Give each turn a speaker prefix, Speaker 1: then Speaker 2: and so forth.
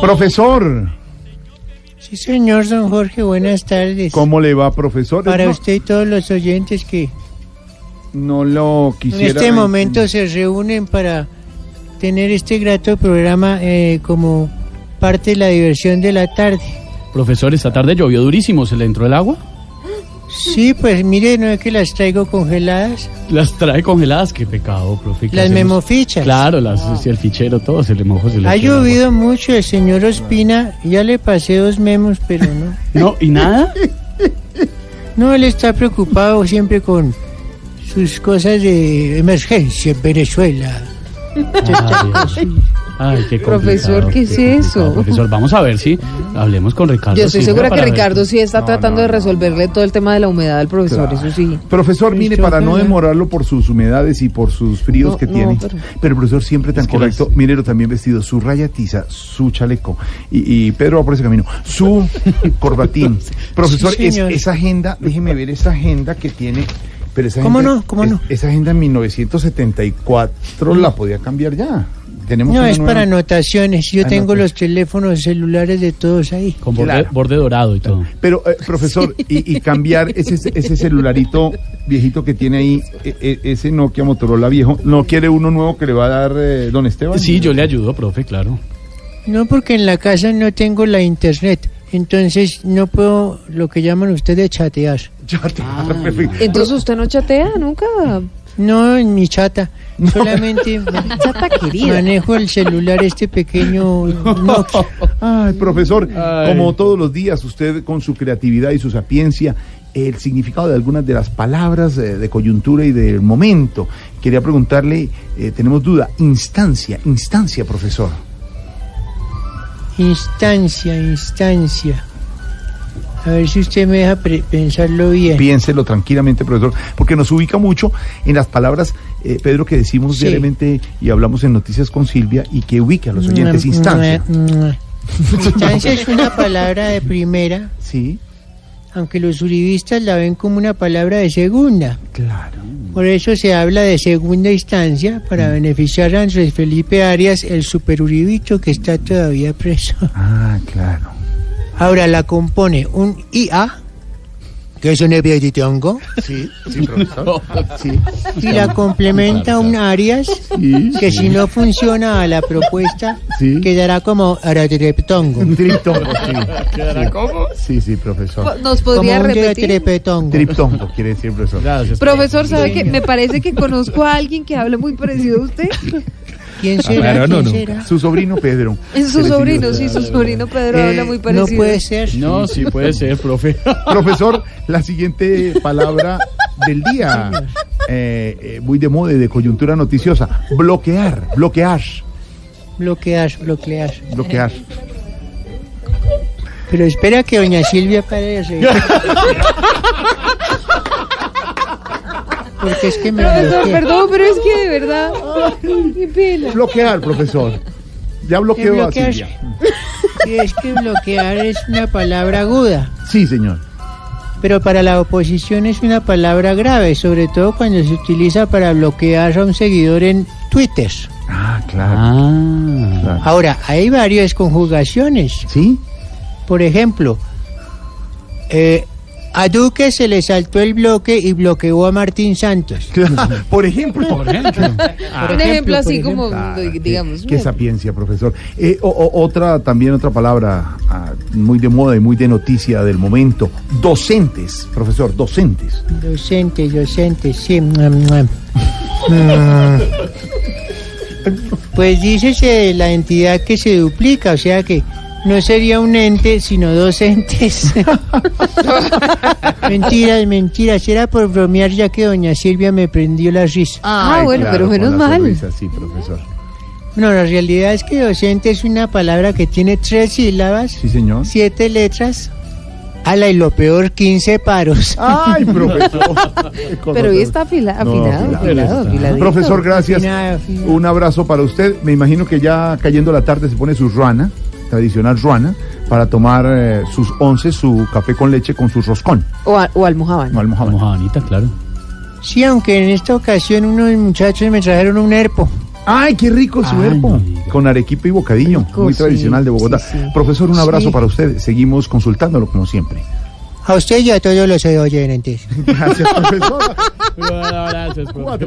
Speaker 1: Profesor,
Speaker 2: Sí, señor don Jorge, buenas tardes.
Speaker 1: ¿cómo le va, profesor?
Speaker 2: Para
Speaker 1: no,
Speaker 2: usted y todos los oyentes que
Speaker 1: no lo
Speaker 2: en
Speaker 1: quisiera.
Speaker 2: este
Speaker 1: decir.
Speaker 2: momento se reúnen para tener este grato programa eh, como parte de la diversión de la tarde.
Speaker 3: Profesor, esta tarde llovió durísimo, ¿se le entró el agua?
Speaker 2: Sí, pues mire, no es que las traigo congeladas,
Speaker 3: Las trae congeladas, qué pecado, profe. ¿qué
Speaker 2: las
Speaker 3: hacemos?
Speaker 2: memofichas.
Speaker 3: Claro, las,
Speaker 4: Ah.
Speaker 3: sí, el fichero, todo se le mojó. Se le
Speaker 2: Ha
Speaker 3: entró el agua.
Speaker 2: llovido mucho, el señor Ospina, ya le pasé dos memos, pero no.
Speaker 3: No, ¿y nada?
Speaker 2: No, él está preocupado siempre con sus cosas de emergencia en Venezuela.
Speaker 3: Ay, ay, qué complicado,
Speaker 4: Profesor, ¿qué es
Speaker 3: complicado,
Speaker 4: eso?
Speaker 3: Profesor, vamos a ver si hablemos con Ricardo.
Speaker 4: Yo
Speaker 1: Pues
Speaker 4: estoy
Speaker 3: Silva
Speaker 4: segura que
Speaker 3: para ver-
Speaker 4: Ricardo sí está
Speaker 1: No,
Speaker 4: tratando
Speaker 1: no,
Speaker 4: de
Speaker 1: no.
Speaker 4: resolverle todo el tema de la humedad al profesor,
Speaker 1: Claro.
Speaker 4: eso sí.
Speaker 1: Profesor, mire,
Speaker 2: Listo,
Speaker 1: para no
Speaker 2: ojalá.
Speaker 1: demorarlo por sus humedades y por sus fríos
Speaker 4: No,
Speaker 1: que
Speaker 4: no,
Speaker 1: tiene.
Speaker 4: pero-
Speaker 1: pero... el profesor siempre tan
Speaker 3: que
Speaker 1: correcto.
Speaker 3: las-
Speaker 1: Mírelo también vestido, su rayatiza, su chaleco. Y, y Pedro va por ese camino. Su corbatín. profesor,
Speaker 2: Sí,
Speaker 1: es-
Speaker 2: señor.
Speaker 1: esa agenda, déjeme ver esa agenda que tiene. Pero esa
Speaker 2: ¿Cómo
Speaker 1: agenda-
Speaker 2: no? ¿Cómo
Speaker 1: es-
Speaker 2: no?
Speaker 1: Esa agenda en 1974 la podía cambiar ya. Tenemos
Speaker 2: No,
Speaker 1: una
Speaker 2: es
Speaker 1: nueva.
Speaker 2: para anotaciones. Yo tengo
Speaker 1: Anotaciones.
Speaker 2: los teléfonos celulares de todos ahí.
Speaker 3: Con borde,
Speaker 1: Claro.
Speaker 3: borde dorado y todo.
Speaker 1: Pero, eh, profesor, y, y cambiar ese, ese celularito viejito que tiene ahí, e- e- ese Nokia Motorola viejo, ¿no quiere uno nuevo que le va a dar eh, don Esteban?
Speaker 3: Sí, yo le ayudo, profe, claro.
Speaker 2: No, porque en la casa no tengo la internet. Entonces no puedo lo que llaman ustedes chatear.
Speaker 1: Ya te- perfecto.
Speaker 4: Entonces usted no chatea nunca.
Speaker 2: No, en mi chata. Solamente ma-
Speaker 4: Chata querida.
Speaker 2: manejo el celular este pequeño Nokia.
Speaker 1: Ay, profesor,
Speaker 3: Ay.
Speaker 1: como todos los días, usted con su creatividad y su sapiencia, el significado de algunas de las palabras eh, de coyuntura y del momento. Quería preguntarle, eh, tenemos duda, instancia, instancia, profesor.
Speaker 2: Instancia, instancia. A ver si usted me deja pre- pensarlo bien.
Speaker 1: Piénselo tranquilamente, profesor, porque nos ubica mucho en las palabras, eh, Pedro, que decimos
Speaker 2: Sí.
Speaker 1: diariamente y hablamos en Noticias con Silvia y que ubica a los oyentes.
Speaker 2: Mua,
Speaker 1: Instancia.
Speaker 2: mua, mua. Instancia es una palabra de primera,
Speaker 1: Sí,
Speaker 2: aunque los uribistas la ven como una palabra de segunda.
Speaker 1: claro.
Speaker 2: Por eso se habla de segunda instancia
Speaker 3: Mm.
Speaker 2: para beneficiar a Andrés Felipe Arias, el superuribito que está todavía preso.
Speaker 1: Ah, claro.
Speaker 2: Ahora la compone un IA, que es un epiditiongo,
Speaker 1: Sí, sí,
Speaker 3: Oh,
Speaker 1: profesor. Sí,
Speaker 2: y la complementa un Arias,
Speaker 1: sí.
Speaker 2: que si no funciona a la propuesta,
Speaker 1: Sí.
Speaker 2: quedará como aratreptongo.
Speaker 1: Un triptongo, sí. ¿Cómo? Sí, sí, profesor.
Speaker 4: Nos
Speaker 2: Como
Speaker 4: podría
Speaker 2: un
Speaker 4: repetir.
Speaker 2: trepetongo.
Speaker 1: Triptongo quiere decir, profesor.
Speaker 3: Gracias.
Speaker 4: Profesor, ¿sabe que me parece que conozco a alguien que hable muy parecido a usted?
Speaker 2: ¿Quién será?
Speaker 3: Ah, Claro, no,
Speaker 2: ¿Quién
Speaker 3: no.
Speaker 2: será?
Speaker 1: Su sobrino Pedro.
Speaker 4: Es su
Speaker 1: Parecido.
Speaker 4: sobrino, sí, su sobrino Pedro
Speaker 2: Eh,
Speaker 4: habla muy
Speaker 2: no
Speaker 4: parecido.
Speaker 2: puede ser.
Speaker 3: No, sí puede ser, profe.
Speaker 1: Profesor, la siguiente palabra del día, eh, eh, muy de moda y de coyuntura noticiosa, bloquear, bloquear,
Speaker 2: Bloquear, bloquear.
Speaker 1: bloquear.
Speaker 2: Pero espera que doña Silvia pare de reír. Porque es que me
Speaker 4: Profesor,
Speaker 2: bloquea.
Speaker 4: perdón, pero es que de verdad. Qué pena.
Speaker 1: Bloquear, profesor. Ya
Speaker 2: Que
Speaker 1: bloqueó a
Speaker 2: bloquear.
Speaker 1: Silvia.
Speaker 2: Sí, es que bloquear es una palabra aguda,
Speaker 1: Sí, señor.
Speaker 2: pero para la oposición es una palabra grave, sobre todo cuando se utiliza para bloquear a un seguidor en Twitter.
Speaker 1: Ah, claro.
Speaker 3: Ah,
Speaker 1: claro.
Speaker 2: Ahora, hay varias conjugaciones.
Speaker 1: ¿Sí?
Speaker 2: Por ejemplo, eh, a Duque se le saltó el bloque y bloqueó a Martín Santos.
Speaker 1: Claro. Por ejemplo.
Speaker 3: por ejemplo. Ah.
Speaker 2: Por
Speaker 4: Un ejemplo
Speaker 2: por
Speaker 4: así
Speaker 2: ejemplo.
Speaker 4: como,
Speaker 1: Claro, qué-
Speaker 4: digamos.
Speaker 1: Qué, sapiencia, profesor. Eh, o- o- otra, también otra palabra ah, muy de moda y muy de noticia del momento. Docentes, profesor, docentes.
Speaker 2: Docente, docente, sí. mua, mua. Mm. Pues dícese la entidad que se duplica, o sea que no sería un ente, sino dos entes. mentiras, mentiras. Era por bromear ya que doña Silvia me prendió la risa.
Speaker 4: Ah,
Speaker 1: Eh,
Speaker 4: bueno,
Speaker 1: claro,
Speaker 4: pero
Speaker 1: con
Speaker 4: menos
Speaker 1: la
Speaker 4: mal.
Speaker 1: sonrisa, sí, profesor.
Speaker 2: No, la realidad es que docente es una palabra que tiene tres sílabas,
Speaker 1: Sí, señor.
Speaker 2: siete letras, ala y lo peor, 15 paros.
Speaker 1: Ay, profesor. Qué cosa
Speaker 4: Pero hoy
Speaker 1: tan-
Speaker 4: está afila-
Speaker 1: No,
Speaker 4: afilado,
Speaker 1: afilado,
Speaker 4: afilado,
Speaker 3: está.
Speaker 4: afiladito.
Speaker 1: Profesor, gracias.
Speaker 2: Nada, fíjate.
Speaker 1: Un abrazo para usted. Me imagino que ya cayendo la tarde se pone su ruana, tradicional ruana, para tomar eh, sus once, su café con leche con su roscón,
Speaker 4: O, a- o almohaban.
Speaker 1: no almohada.
Speaker 3: Mojabanita, claro.
Speaker 2: Sí, aunque en esta ocasión unos muchachos me trajeron un herpo.
Speaker 1: ¡Ay, qué rico su
Speaker 3: Ay,
Speaker 1: herpo!
Speaker 3: no diga.
Speaker 1: con arequipa y bocadillo,
Speaker 4: Rico,
Speaker 1: muy
Speaker 4: sí,
Speaker 1: tradicional de Bogotá.
Speaker 4: sí, sí.
Speaker 1: Profesor, un abrazo
Speaker 2: Sí.
Speaker 1: para usted. Seguimos consultándolo como siempre.
Speaker 2: A usted y a todos los oyentes.
Speaker 1: Gracias, profesor.
Speaker 3: Gracias, profe.